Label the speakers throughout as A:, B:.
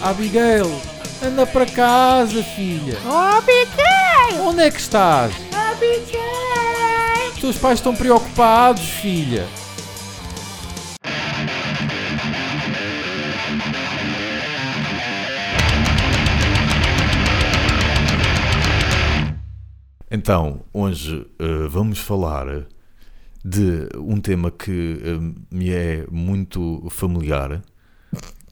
A: Abigail, anda para casa, filha.
B: Oh, Abigail!
A: Onde é que estás?
B: Abigail!
A: Os teus pais estão preocupados, filha.
C: Então, hoje eh, vamos falar de um tema que eh, me é muito familiar.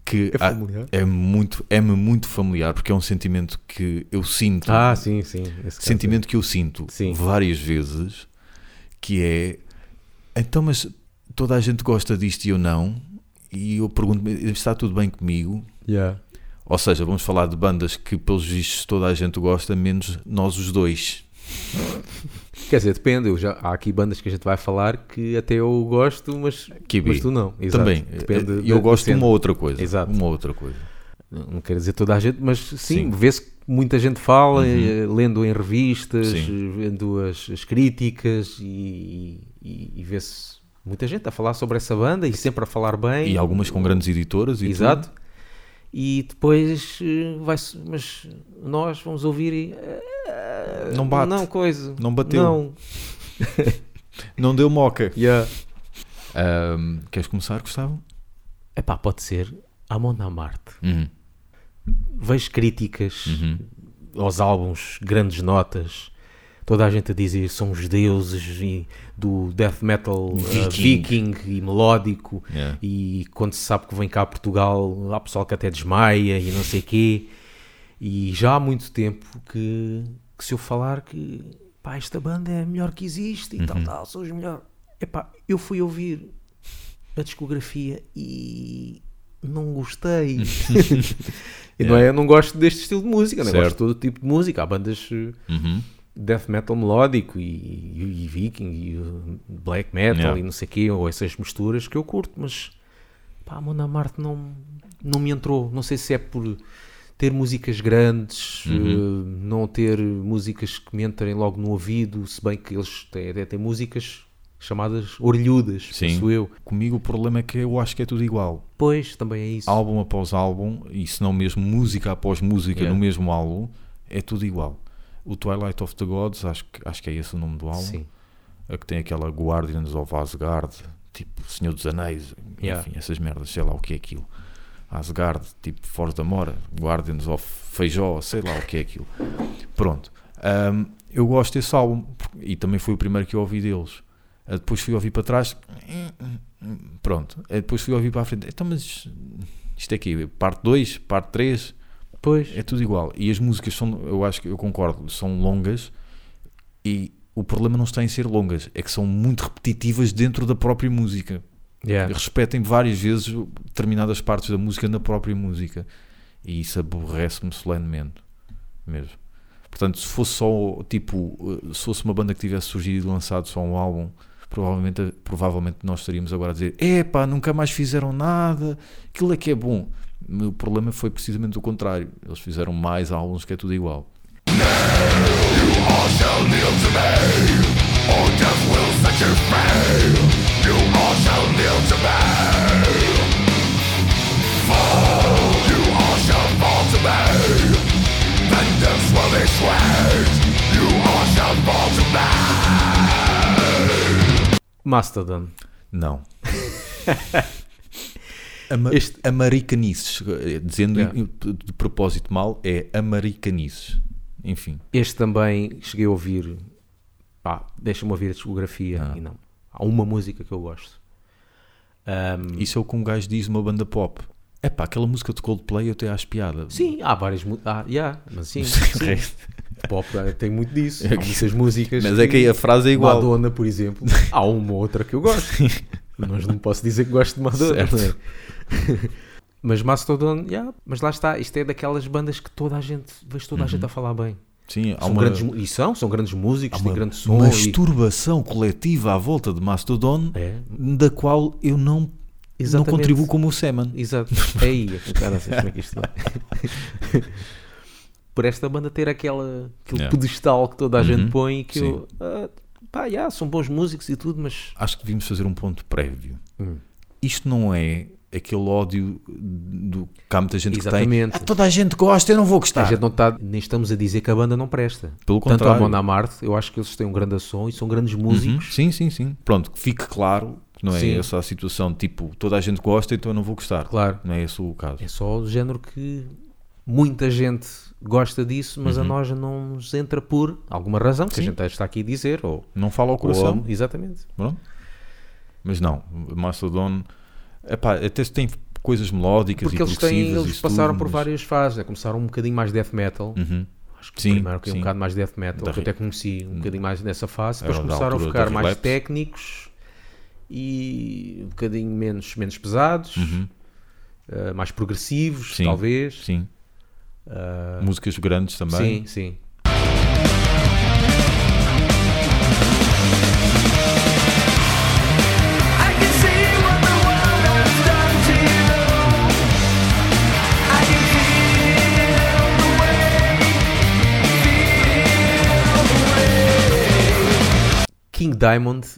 C: Que
D: É
C: há-
D: familiar?
C: é muito, é-me muito familiar porque é um sentimento que eu sinto.
D: Ah, sim, sim. esse caso.
C: sentimento que eu sinto
D: Sim.
C: várias vezes, que é então, mas toda a gente gosta disto e eu não, e eu pergunto-me, está tudo bem comigo?
D: é. Yeah.
C: Ou seja, vamos falar de bandas que, pelos vistos, toda a gente gosta, menos nós os dois.
D: Quer dizer, depende. Eu já, há aqui bandas que a gente vai falar que até eu gosto, mas,
C: Kiwi.
D: mas tu não. Exato.
C: Também,
D: Depende
C: eu,
D: da-
C: eu
D: do
C: gosto de uma
D: centro.
C: outra coisa.
D: Exato.
C: Uma outra coisa.
D: Não quero dizer toda a gente, mas sim,
C: Sim. Uhum.
D: vê-se que muita gente fala, eh, lendo em revistas,
C: Sim.
D: eh, vendo as, as críticas e, e- e vê-se muita gente a falar sobre essa banda e sempre a falar bem.
C: E algumas com grandes editoras e
D: Exato. E depois eh, vai-se, mas nós vamos ouvir e. eh,
C: Não bate.
D: Não, coisa.
C: Não bateu.
D: Não.
C: tudo. Não deu moca.
D: Yeah.
C: Ahm, queres começar, Gustavo?
D: Epá, pode ser Amon Amarte.
C: Uhum.
D: Vejo críticas
C: Uhum.
D: aos álbuns, grandes notas. Toda a gente a dizer são os deuses e do death metal eh,
C: Viking.
D: viking, e melódico.
C: Yeah.
D: E quando se sabe que vem cá a Portugal, há pessoal que até desmaia e não sei quê. E já há muito tempo que, que se eu falar que pá, esta banda é a melhor que existe e tal,
C: Uhum.
D: tal, são os melhores. Epá, eu fui ouvir a discografia e não gostei. e não é, eu não gosto deste estilo de música, não é? gosto de
C: Hum. Certo.
D: todo tipo de música. Há bandas eh,
C: Uhum.
D: death metal melódico e, e- e viking e uh, black metal
C: Yeah.
D: e não sei quê, ou essas misturas que eu curto, mas pá, a Mona Marte não, não me entrou. Não sei se é por ter músicas grandes,
C: Uhum.
D: eh, não ter músicas que me entrem logo no ouvido, se bem que eles têm, até têm músicas chamadas orelhudas,
C: Sim.
D: penso eu.
C: Comigo o problema é que eu acho que é tudo igual.
D: Pois, também é isso.
C: álbum após álbum, e se não mesmo música após música
D: Yeah.
C: no mesmo álbum, é tudo igual. O Twilight of the Gods, acho que, acho que é esse o nome do álbum,
D: Sim.
C: a que tem aquela Guardians of Asgard, tipo Senhor dos Anéis, enfim,
D: Yeah.
C: essas merdas, sei lá o que é aquilo. Asgard, tipo Forza da Mora, Guardians of Feijó, sei lá o que é aquilo. Pronto. Ahm, eu gosto desse álbum porque- e também foi o primeiro que eu ouvi deles. Ah, Depois fui ouvir para trás, pronto. Ah, Depois fui ouvir para a frente, então, mas isto aqui, parte 2, parte 3,
D: Pois,
C: é tudo igual. E as músicas são, eu acho que eu concordo, são longas e o problema não está em ser longas, é que são muito repetitivas dentro da própria música.
D: yeah.
C: Respetem várias vezes determinadas partes da música na própria música e isso aborrece-me solenemente mesmo. Portanto, se fosse só tipo, eh, se fosse uma banda que tivesse surgido e lançado só um álbum, provavelmente, provavelmente nós estaríamos agora a dizer: epá, nunca mais fizeram nada, aquilo é que é bom. O problema foi precisamente o contrário. Eles fizeram mais álbuns que é tudo igual.
D: Mastodon.
C: Não. Ama
D: Este-
C: Americanices, eh, dizendo
D: Yeah.
C: em- de de propósito mal, é Americanices. Enfim,
D: Este também cheguei a ouvir. Pá, deixa-me ouvir a discografia.
C: Ah.
D: E não. Há uma música que eu gosto. Ahm,
C: isso é o que um gajo diz numa banda pop. É pá, aquela música de Coldplay eu até acho piada.
D: sim, há várias. mu- Ah, yeah, mas sim.
C: Mas,
D: sim. Pop eh, tem muito disso. Há muitas músicas.
C: mas é que aí a frase é igual.
D: Madonna, por exemplo, há uma outra que eu gosto. mas não posso dizer que gosto de Madonna.
C: Certo.
D: não é? mas Mastodon, yeah, mas lá está. Isto é daquelas bandas que toda a gente, vejo toda a gente a falar bem.
C: Sim, há
D: São
C: uma,
D: grandes, mu- e são, são grandes músicos,
C: há
D: têm
C: uma
D: grande som. e-
C: masturbação coletiva à volta de Mastodon,
D: É.
C: da qual eu não, não
D: Exatamente.
C: contribuo como o Seman.
D: Exato. Aí, é que eu não sei como é que isto vai. Por esta banda ter aquela, aquele
C: Yeah.
D: pedestal que toda a gente
C: Uhum,
D: põe e que eu. ah, pá, já, são bons músicos e tudo, mas.
C: Acho que devíamos fazer um ponto prévio.
D: Hum.
C: Isto não é aquele ódio do que há muita gente que tem.
D: Exatamente.
C: "Ah, toda a gente gosta, eu não vou gostar.
D: A gente não está, nem estamos a dizer que a banda não presta.
C: Pelo
D: Tanto a
C: contrário.
D: Mona Marte, eu acho que eles têm um grande som e são grandes
C: Uhum,
D: músicos.
C: Sim, sim, sim. Pronto, que fique claro que não é
D: Sim.
C: essa a situação. Tipo, toda a gente gosta, então eu não vou gostar.
D: Claro.
C: Não é esse o caso.
D: É só o género que muita gente gosta disso, mas a nós não nos entra por alguma razão que
C: Uhum. Sim.
D: a gente está aqui a dizer. Ou,
C: Não fala ao coração.
D: ou- exatamente.
C: Pronto. Mas não, Mastodon epá, até se tem coisas melódicas
D: Porque
C: e
D: eles, têm,
C: progressivas e
D: eles
C: isso tudo,
D: passaram por
C: mas-
D: várias fases. né? Começaram um bocadinho mais death metal.
C: Uhum.
D: Acho que
C: Sim,
D: o primeiro que é um
C: sim.
D: bocado mais death metal,
C: Da Hum.
D: que eu até conheci um bocadinho mais nessa fase. Depois
C: Era um da
D: começaram a
C: altura
D: ficar
C: do
D: mais
C: relapse.
D: técnicos e um bocadinho menos, menos pesados,
C: Uhum.
D: eh, mais progressivos,
C: Sim,
D: talvez.
C: Sim. Músicas grandes também.
D: Ah. Sim, sim.
E: I can see what the world has done to you. I can feel the way, feel the way.
D: King Diamond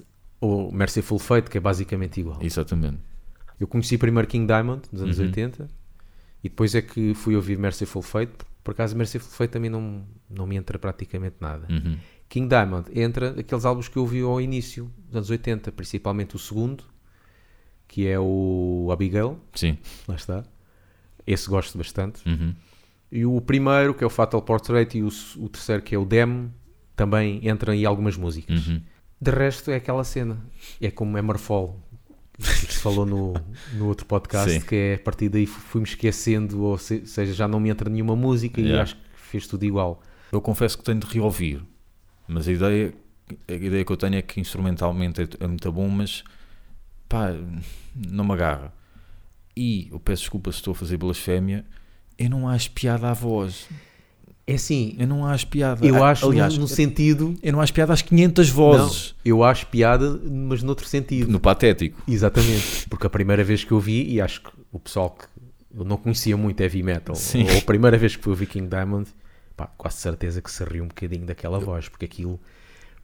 D: ou Merciful Fate, que é basicamente igual.
C: Exatamente.
D: Eu conheci primeiro King Diamond nos anos 80 e depois é que fui ouvir Merciful Fate. Por acaso, Merciful Fate também não, não me entra praticamente nada.
C: Uhum.
D: King Diamond entra aqueles álbuns que eu ouvi ao início dos anos 80, principalmente o segundo, que é o Abigail.
C: Sim.
D: Lá está. Esse gosto bastante.
C: Uhum.
D: E o primeiro, que é o Fatal Portrait, e o, s- o terceiro, que é o Demo, também entram aí algumas músicas.
C: Uhum.
D: De resto, é aquela cena. É como é Marfol, que se falou no, no outro podcast,
C: Sim.
D: que é a partir daí fu- fui-me esquecendo, ou se- seja, já não me entra nenhuma música e
C: Yeah.
D: acho que fez tudo igual.
C: Eu confesso que tenho de reouvir, mas a ideia, a ideia que eu tenho é que instrumentalmente é, é muito bom, mas pá, não me agarra. E eu peço desculpa se estou a fazer blasfémia, eu não acho piada à voz.
D: É assim,
C: Eu não acho um- piada.
D: eu
C: A-
D: acho
C: Ah, aliás,
D: num, num sentido...
C: eu não acho piada às 500 vozes.
D: Não, eu acho piada, mas noutro sentido.
C: No patético.
D: Exatamente, porque a primeira vez que eu vi, e acho que o pessoal que eu não conhecia muito heavy metal,
C: Sim.
D: ou a primeira vez que fui ouvir King Diamond, pá, quase certeza que se riu um bocadinho daquela voz, porque aquilo,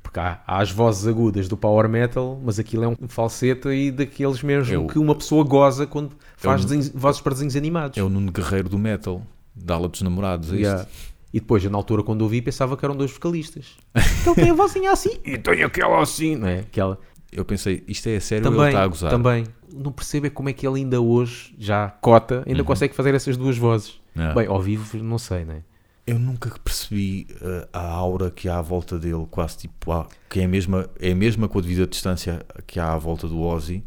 D: porque há, há as vozes agudas do power metal, mas aquilo é um falsete e daqueles mesmo
C: Eu-
D: que uma pessoa goza quando faz
C: Eu-
D: desenhos- vozes para desenhos animados.
C: É o Nuno Guerreiro do metal, da ala dos namorados. é isto?
D: Yeah. E depois, eu, na altura, quando ouvi, pensava que eram dois vocalistas. Ele tem a vozinha assim e tem aquela assim, não é? Aquela.
C: Eu pensei, isto é a sério ou ele
D: também,
C: está a gozar?
D: também não percebo é como é que ele ainda hoje já cota,
C: Uhum.
D: ainda consegue fazer essas duas vozes
C: É.
D: bem, ao vivo não sei, né?
C: Eu nunca percebi uh, a aura que há à volta dele, quase tipo, ah, que é a mesma, é a mesma com a devida distância que há à volta do Ozzy,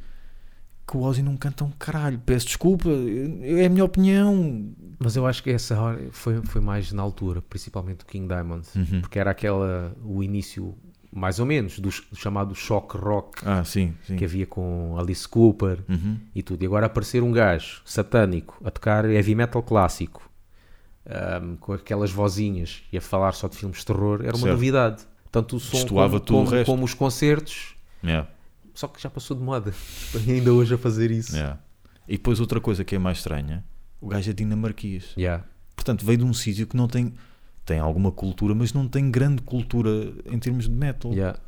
C: que o Ozzy não canta um caralho. Peço desculpa, eu- é a minha opinião.
D: mas eu acho que essa hora foi, foi mais na altura, principalmente do King Diamond
C: Uhum.
D: porque era aquela, o início mais ou menos, do, ch- do chamado shock rock
C: Ah, sim, sim. Uhum.
D: que havia com Alice Cooper e tudo, e agora aparecer um gajo satânico a tocar heavy metal clássico ahm, com aquelas vozinhas e a falar só de filmes de terror era uma
C: Certo.
D: novidade, tanto o som
C: Destoava
D: como,
C: tudo o
D: como-
C: resto.
D: como os concertos
C: Yeah,
D: Só que já passou de moda. Ainda hoje a fazer isso.
C: yeah. E depois outra coisa que é mais estranha, o gajo é dinamarquês.
D: Yeah.
C: Portanto, veio de um sítio que não tem, tem alguma cultura, mas não tem grande cultura em termos de metal.
D: Yeah.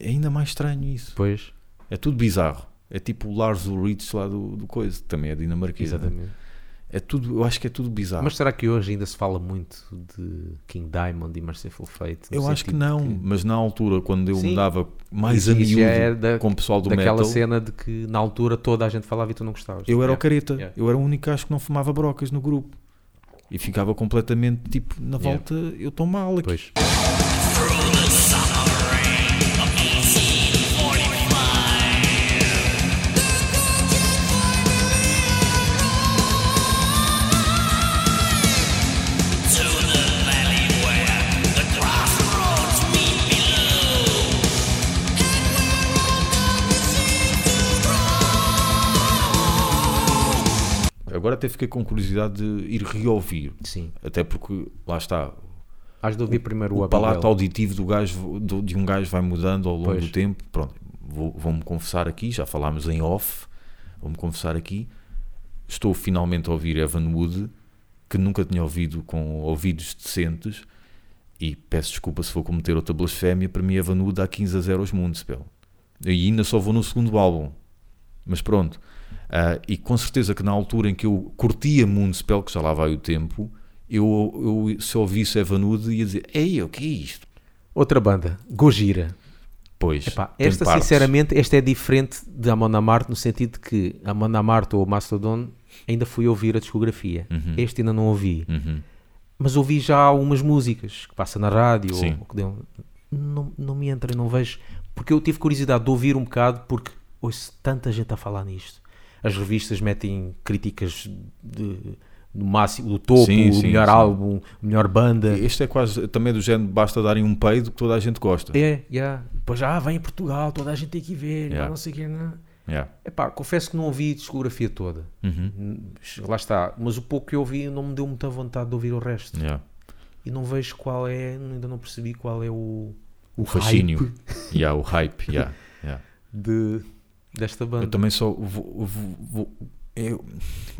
C: É ainda mais estranho isso.
D: Pois.
C: É tudo bizarro. É tipo o Lars Ulrich lá do, do coisa, que também é dinamarquês. né?
D: Exatamente.
C: É tudo, eu acho que é tudo bizarro.
D: Mas será que hoje ainda se fala muito de King Diamond e Merciful Fate? no
C: eu acho é tipo que
D: sentido
C: não,
D: de que-
C: mas na altura, quando eu
D: Sim.
C: andava mais
D: Isso-
C: a
D: isso
C: miúdo
D: já é da-
C: com o pessoal do
D: Daquela
C: metal,
D: cena de que na altura toda a gente falava e tu não é? gostavas.
C: eu era o
D: Yeah.
C: careta.
D: Yeah.
C: Eu era o único acho que não fumava brocas no grupo. E ficava completamente tipo, na
D: Yeah.
C: volta eu estou mal aqui.
D: Pois.
C: Agora até fiquei com curiosidade de ir reouvir.
D: Sim.
C: Até porque, lá está,
D: Has de ouvir primeiro o,
C: o
D: Abigail.
C: palato auditivo do gajo, do- de um gajo vai mudando ao longo
D: Pois.
C: do tempo. Pronto, vou- vou-me confessar aqui, já falámos em off, vou-me confessar aqui. Estou finalmente a ouvir Evan Wood, que nunca tinha ouvido com ouvidos decentes. E peço desculpa se vou cometer outra blasfémia. Para mim, Evan Wood dá 15 a 0 aos Municipal. E ainda só vou no segundo álbum. Mas pronto. Ah, e com certeza que na altura em que eu curtia Moonspell, que já lá vai o tempo, eu, eu se ouvisse Evanude ia dizer: Ei, o que é isto?
D: Outra banda, Gojira.
C: Pois,
D: Epá,
C: tem
D: esta,
C: partes.
D: sinceramente, esta é diferente de Amon Amarth no sentido que Amon Amarth ou Mastodon ainda fui ouvir a discografia. Este ainda não ouvi.
C: Uhum.
D: Mas ouvi já algumas músicas que passa na rádio.
C: Sim.
D: Ou, que deu- não, não me entra, não vejo. Porque eu tive curiosidade de ouvir um bocado porque ouço tanta gente a falar nisto. As revistas metem críticas de- do máximo, do topo,
C: Sim,
D: o
C: sim,
D: melhor
C: sim.
D: álbum, melhor banda.
C: Este é quase também do género: basta darem um peido que toda a gente gosta.
D: É, yeah. Depois, ah, vem em Portugal, toda a gente tem que ir ver,
C: Yeah.
D: não sei o quê, né?" não.
C: Yeah.
D: Epá, confesso que não ouvi a discografia toda.
C: Uhum.
D: Hum, Lá está. Mas o pouco que eu ouvi não me deu muita vontade de ouvir o resto.
C: Yeah.
D: E não vejo qual é, ainda não percebi qual é o,
C: O fascínio. Yeah, o hype. Yeah. Yeah.
D: de, desta
C: Eu
D: banda.
C: também só vou. vou- vou- eu- como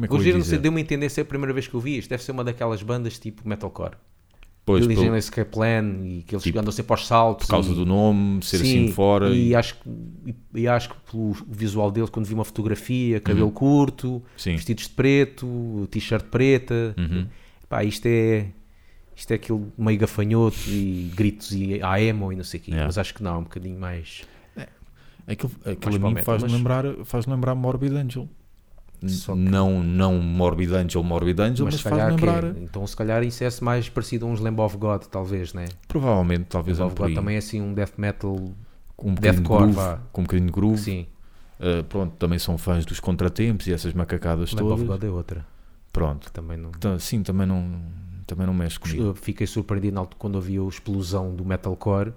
C: é que eu
D: O
C: ia
D: Giro não sei,
C: dizer?
D: deu-me a entender se é a primeira vez que eu vi isto. Deve ser uma daquelas bandas tipo metalcore.
C: Pois, pelo-
D: Diligent Escape Plan e que eles
C: Tipo,
D: andam sempre aos saltos.
C: por causa
D: e-
C: do nome, ser assim
D: Sim,
C: de fora.
D: E,
C: e-
D: acho que, e, e acho que pelo visual dele, quando vi uma fotografia, cabelo curto,
C: Uhum. Sim. Uhum.
D: vestidos de preto, t-shirt preta, pá, isto é. Isto é aquilo meio gafanhoto e gritos e a emo e não sei o quê.
C: Yeah.
D: Mas acho que não, é um bocadinho mais.
C: Aquilo,
D: para
C: aquilo
D: o
C: a mim
D: metal,
C: faz
D: é mas-
C: lembrar, faz lembrar Morbid Angel. N-
D: Só que-
C: Não, não Morbid Angel, Morbid Angel, mas,
D: se
C: faz
D: calhar que é-
C: lembrar.
D: Então se calhar isso é mais parecido a uns Lamb of God, talvez, né?
C: Provavelmente, talvez
D: Lamb
C: um
D: of God
C: bocadinho,
D: também é assim um death metal.
C: com um bocadinho de
D: deathcore,
C: groove.
D: vá.
C: Com um bocadinho de groove.
D: Sim,
C: Ah, pronto, também são fãs dos contratempos e essas macacadas
D: Lamb of
C: todas.
D: God é outra.
C: Pronto.
D: que Também não.
C: Então, sim, também não, também não mexe comigo.
D: Eu fiquei surpreendido na altura quando ouvi a explosão do metalcore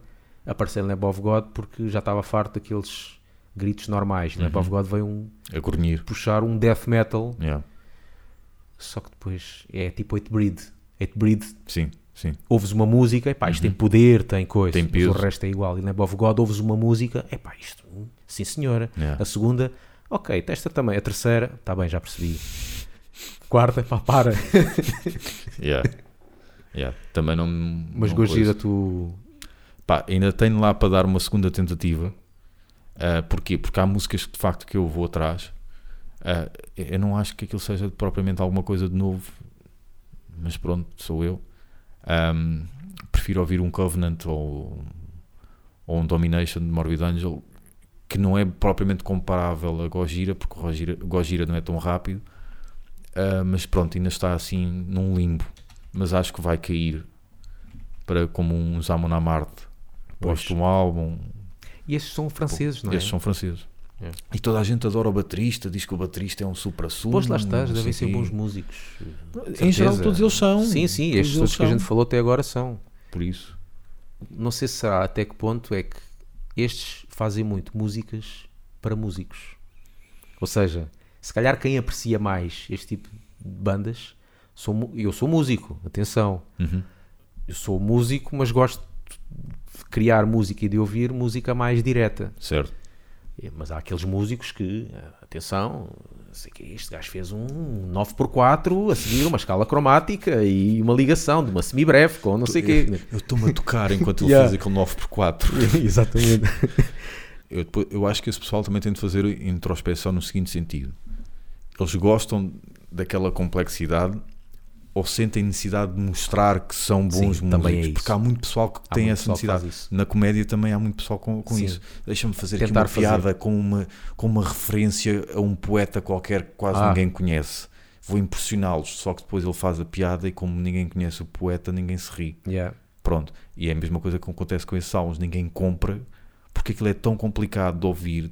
D: aparecer na of God porque já estava farto daqueles gritos normais.
C: Uhum.
D: Lamb of God veio um-
C: A grunhir.
D: puxar um death metal,
C: Yeah.
D: só que depois é tipo 8 Breed. 8 Breed,
C: Sim, sim.
D: ouves uma música, epá, isto tem poder, tem coisa,
C: Uhum. Tem
D: mas
C: peso.
D: o resto é igual. E Lamb of God ouves uma música, epá, isto, hum, sim senhora.
C: Yeah.
D: A segunda, ok, testa também. A terceira, está bem, já percebi. Quarta, pá, para.
C: Yeah. Yeah. Também não.
D: Assim. Mas
C: não
D: Gojira,
C: coisa.
D: tu
C: Pá, ainda tenho lá para dar uma segunda tentativa. Ah, porquê? Porque há músicas que de facto que eu vou atrás. Ah, eu não acho que aquilo seja propriamente alguma coisa de novo, mas pronto, sou eu. Ahm, prefiro ouvir um Covenant ou, ou um Domination de Morbid Angel, que não é propriamente comparável a Gojira, porque Gojira, Gojira não é tão rápido. Ah, mas pronto, ainda está assim num limbo. Mas acho que vai cair para como um Zamon Amarte.
D: Pois.
C: Gosto de um álbum,
D: E estes são franceses, não é?
C: estes são franceses.
D: É.
C: E toda a gente adora o baterista, diz que o baterista é um supra-sumo.
D: Pois lá estás,
C: não sei
D: devem ser
C: quê.
D: bons músicos.
C: Em
D: certeza.
C: geral, todos eles são.
D: sim, sim,
C: Todos eles
D: estes todos que a
C: são.
D: gente falou até agora são.
C: Por isso.
D: Não sei se há até que ponto é que estes fazem muito músicas para músicos. Ou seja, se calhar quem aprecia mais este tipo de bandas, sou, mu- eu sou músico, atenção.
C: Uhum.
D: Eu sou músico, mas gosto de criar música e de ouvir música mais direta.
C: Certo.
D: É, Mas há aqueles músicos que, ah, atenção, sei que é este gajo fez um 9x4 a seguir uma escala cromática e uma ligação de uma semibreve com não sei o quê.
C: Eu estou-me a tocar enquanto ele
D: Yeah.
C: fez aquele 9x4.
D: Exatamente.
C: Eu, depois- eu acho que esse pessoal também tem de fazer introspeção no seguinte sentido: eles gostam daquela complexidade ou sentem necessidade de mostrar que são bons
D: Sim, também
C: músicos?
D: é isso.
C: porque há muito pessoal que
D: Há
C: tem
D: muito
C: essa
D: pessoal que
C: necessidade.
D: faz isso.
C: Na comédia também há muito pessoal com, com
D: Sim.
C: isso. Deixa-me fazer
D: Tentar
C: aqui
D: fazer.
C: uma piada com uma, com uma referência a um poeta qualquer que quase
D: Ah.
C: ninguém conhece. Vou impressioná-los, só que depois ele faz a piada e, como ninguém conhece o poeta, ninguém se ri.
D: Yeah.
C: Pronto, e é a mesma coisa que acontece com esses álbuns, ninguém compra porque aquilo é tão complicado de ouvir.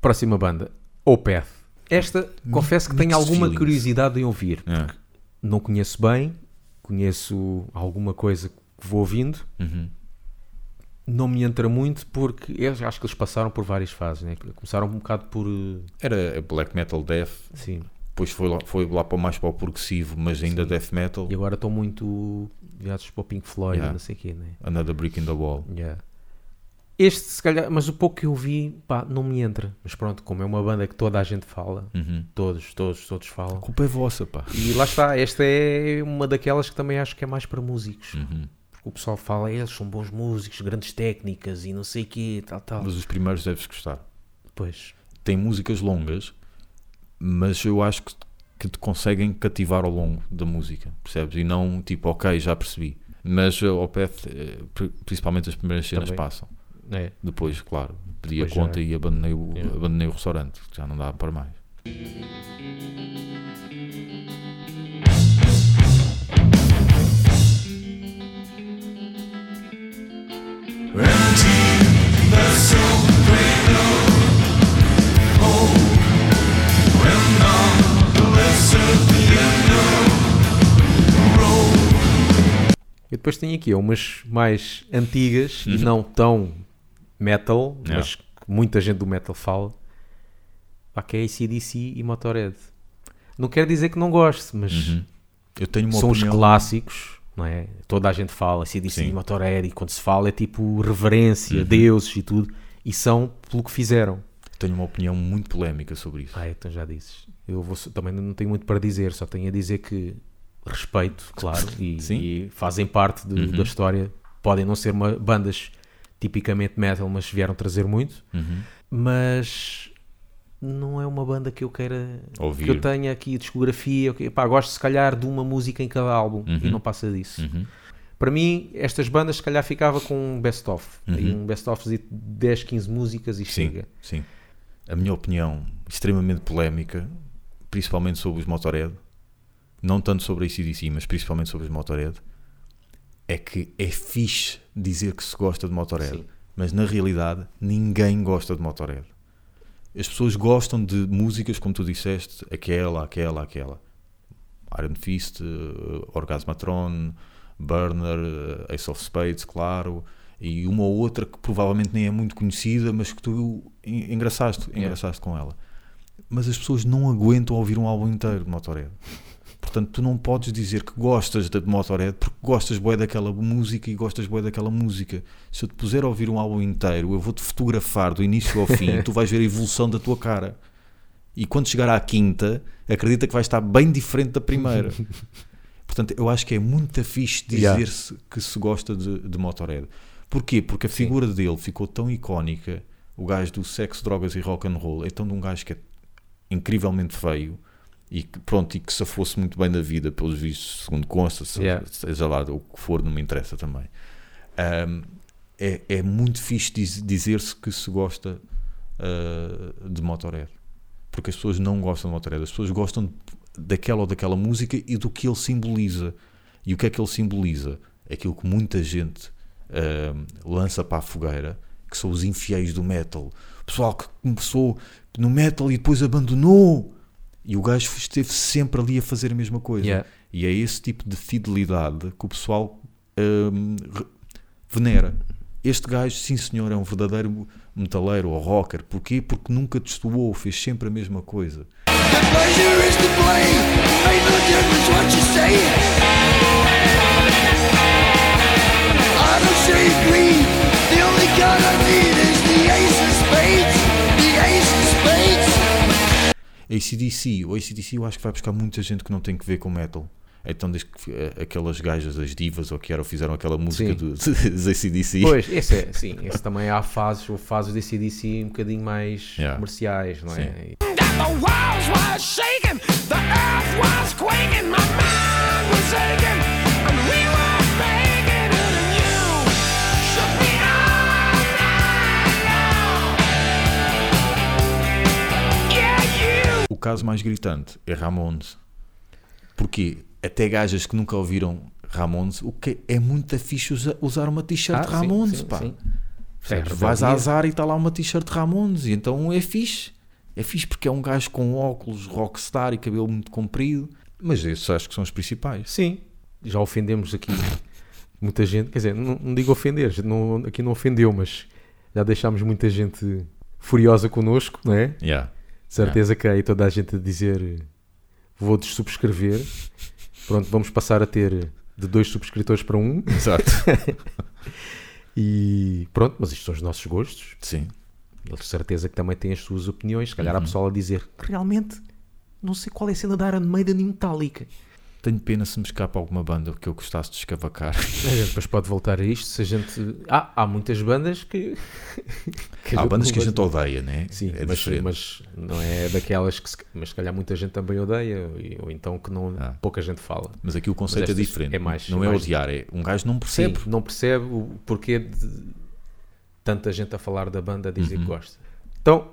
D: Próxima banda, Opeth. Esta, confesso que tenho
C: mixed
D: alguma
C: feelings.
D: curiosidade em ouvir.
C: É.
D: Não conheço bem, conheço alguma coisa que vou ouvindo.
C: Uhum.
D: Não me entra muito porque eles, acho que eles passaram por várias fases. Né? Começaram um bocado por. eh,
C: Era black metal death,
D: Sim,
C: depois foi lá, foi lá para mais para o progressivo, mas ainda death metal.
D: E agora estão muito virados para o Pink Floyd,
C: Yeah.
D: não sei o quê, né?
C: Another Brick in the Wall.
D: Yeah. Este, se calhar, mas o pouco que eu vi, pá, não me entra. Mas pronto, como é uma banda que toda a gente fala,
C: Uhum.
D: todos, todos, todos falam.
C: A culpa é vossa, pá.
D: E lá está, esta é uma daquelas que também acho que é mais para músicos.
C: Uhum.
D: Porque o pessoal fala, eles são bons músicos, grandes técnicas e não sei o quê, tal, tal.
C: Mas os primeiros deves gostar.
D: Pois,
C: Tem músicas longas, mas eu acho que, que te conseguem cativar ao longo da música, percebes? E não tipo, ok, já percebi. Mas eh, ao Opeth, eh, pri- principalmente as primeiras cenas
D: Também.
C: passam.
D: é.
C: Depois, claro, pedi
D: Depois
C: a
D: já-
C: conta e abandonei o,
D: Yeah.
C: abandonei o restaurante, que já não dava para mais.
D: Eu depois tenho aqui umas mais antigas e não tão metal,
C: Uhum. Yeah.
D: mas que muita gente do metal fala. Pá, que é ACDC e Motorhead. Não quero dizer que não goste, mas
C: Uhum. Eu tenho uma
D: são os
C: opinião-
D: clássicos, não é? Toda a gente fala ACDC
C: Sim. Uhum.
D: e Motorhead e quando se fala é tipo reverência, deuses e tudo. E são pelo que fizeram.
C: Tenho uma opinião muito polémica sobre isso.
D: Ah, então já dizes. Eu vou, só- também não tenho muito para dizer, só tenho a dizer que respeito, claro, e,
C: Sim. Uhum.
D: e fazem parte do- da história. Podem não ser uma- bandas tipicamente metal, mas vieram trazer muito.
C: Uhum.
D: Mas não é uma banda que eu queira
C: Ouvir.
D: que eu tenha aqui discografia. ok, pá, gosto se calhar de uma música em cada álbum e
C: Uhum.
D: não passa disso.
C: Uhum.
D: Para mim, estas bandas se calhar ficava com um best-of. Aí Um best-of de 10, 15 músicas e
C: Uhum. Sim,
D: chega.
C: sim. A minha opinião, extremamente polémica, principalmente sobre os Motorhead, não tanto sobre a ACDC, mas principalmente sobre os Motorhead, é que é fixe dizer que se gosta de Motorhead,
D: Sim.
C: mas na realidade ninguém gosta de Motorhead. As pessoas gostam de músicas, como tu disseste, aquela, aquela, aquela. Iron Fist, eh, Orgasmatron, Burner, eh, Ace of Spades, claro, e uma ou outra que provavelmente nem é muito conhecida, mas que tu en- engraçaste, engraçaste com ela. Mas as pessoas não aguentam ouvir um álbum inteiro de Motorhead. Portanto, tu não podes dizer que gostas de Motorhead porque gostas bué daquela música e gostas bué daquela música. Se eu te puser a ouvir um álbum inteiro, eu vou-te fotografar do início ao fim e tu vais ver a evolução da tua cara. E quando chegar à quinta, acredita que vai estar bem diferente da primeira. Portanto, eu acho que é muito fixe
D: Yeah.
C: dizer-se que se gosta de, de Motorhead. Porquê? Porque a figura dele ficou tão icónica, o gajo do sexo, drogas e rock and roll, é tão de um gajo que é incrivelmente feio e que, pronto, e que se fosse muito bem da vida, pelos vistos, segundo consta, se-
D: Yeah.
C: seja lá o que for, não me interessa também. Ahm, é, é muito fixe diz- dizer-se que se gosta ah, de Motorhead, porque as pessoas não gostam de Motorhead, as pessoas gostam daquela ou daquela música e do que ele simboliza. E o que é que ele simboliza? Aquilo que muita gente ahm, lança para a fogueira, que são os infiéis do metal. Pessoal que começou no metal e depois abandonou. E o gajo esteve sempre ali a fazer a mesma coisa.
D: Yeah.
C: E é esse tipo de fidelidade que o pessoal hum, re- venera. Este gajo, sim senhor, é um verdadeiro metaleiro ou rocker. Porquê? Porque nunca destoou, fez sempre a mesma coisa.
E: The pleasure is to blame. Ain't no difference what you say. I don't shade green. The only card I need is the ace of spades. The ace of spades.
C: ACDC, o ACDC eu acho que vai buscar muita gente que não tem que ver com metal. Então, desde que eh, aquelas gajas, as divas ou que eram, fizeram aquela música
D: Sim.
C: do, dos ACDC.
D: Pois, esse é, sim, esse também há fases, ou fases de CDC um bocadinho mais
C: Yeah.
D: comerciais, não é?
C: Sim.
E: That the walls were shaking. The earth was quaking. My mind was aching. And we were making it. And you shook me all night long. Yeah, you.
C: O caso mais gritante é Ramones. Porquê? Até gajas que nunca ouviram Ramones, o que é muito fixe usa- usar uma
D: Ah,
C: t-shirt
D: sim,
C: Ramones,
D: sim,
C: pá.
D: sim.
C: Percebes?
D: É,
C: Vais a
D: rebeldia.
C: azar e está lá uma t-shirt Ramones, e então é fixe. É fixe porque é um gajo com óculos rockstar e cabelo muito comprido. Mas esses acho que são os principais.
D: Sim, já ofendemos aqui muita gente, quer dizer, não, não digo ofender, a gente não, aqui não ofendeu, mas já deixámos muita gente furiosa connosco, não é?
C: Yeah.
D: De certeza que há aí toda a gente a dizer vou subscrever Pronto, vamos passar a ter de dois subscritores para um.
C: Exato.
D: E pronto, mas isto são os nossos gostos.
C: Sim.
D: Eles de certeza que também têm as suas opiniões. Se calhar há pessoal a dizer que realmente não sei qual é a cena da Iron Maiden e Metallica.
C: Tenho pena se me escapa alguma banda que eu gostasse de escavacar.
D: A gente É, depois pode voltar a isto se a gente. Ah, há muitas bandas que. que
C: Há
D: não
C: bandas que a gente
D: gosta.
C: odeia, né?
D: Sim,
C: é
D: mas,
C: diferente.
D: mas não é daquelas que. Se... Mas se calhar muita gente também odeia, e- ou então que não,
C: Ah.
D: pouca gente fala.
C: Mas aqui o conceito é
D: estas
C: diferente.
D: é mais-
C: não
D: é
C: é
D: mais-
C: odiar, é um gajo não
D: Sim,
C: percebe.
D: não percebe o porquê de tanta gente a falar da banda a dizer
C: Uhum.
D: que gosta. Então,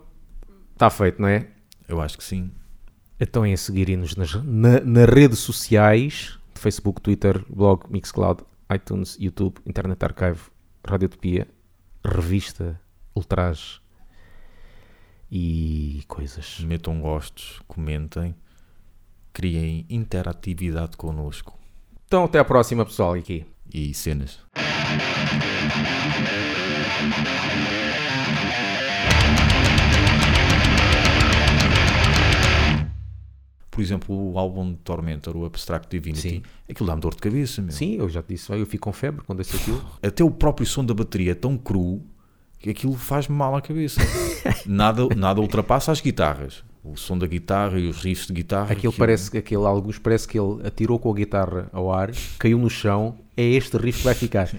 D: está feito, não é?
C: Eu acho que sim.
D: Então é seguirem-nos nas na, nas redes sociais, de Facebook, Twitter, blog, Mixcloud, iTunes, YouTube, Internet Archive, Radiotopia, Revista, Ultraje e coisas.
C: Metam gostos, comentem, criem interatividade connosco
D: Então até à próxima, pessoal, aqui.
C: e cenas. Por exemplo, o álbum de Tormentor, o Abstract Divinity,
D: Sim.
C: aquilo dá-me dor de cabeça, meu.
D: Sim, eu já te disse, eu fico com febre quando ouço aquilo.
C: até o próprio som da bateria é tão cru que aquilo faz-me mal à cabeça. nada, nada ultrapassa as guitarras. O som da guitarra e os riffs de guitarra.
D: Aquilo
C: aquilo-
D: parece que aquele, alguns parece que ele atirou com a guitarra ao ar, caiu no chão, é este riff que vai ficar.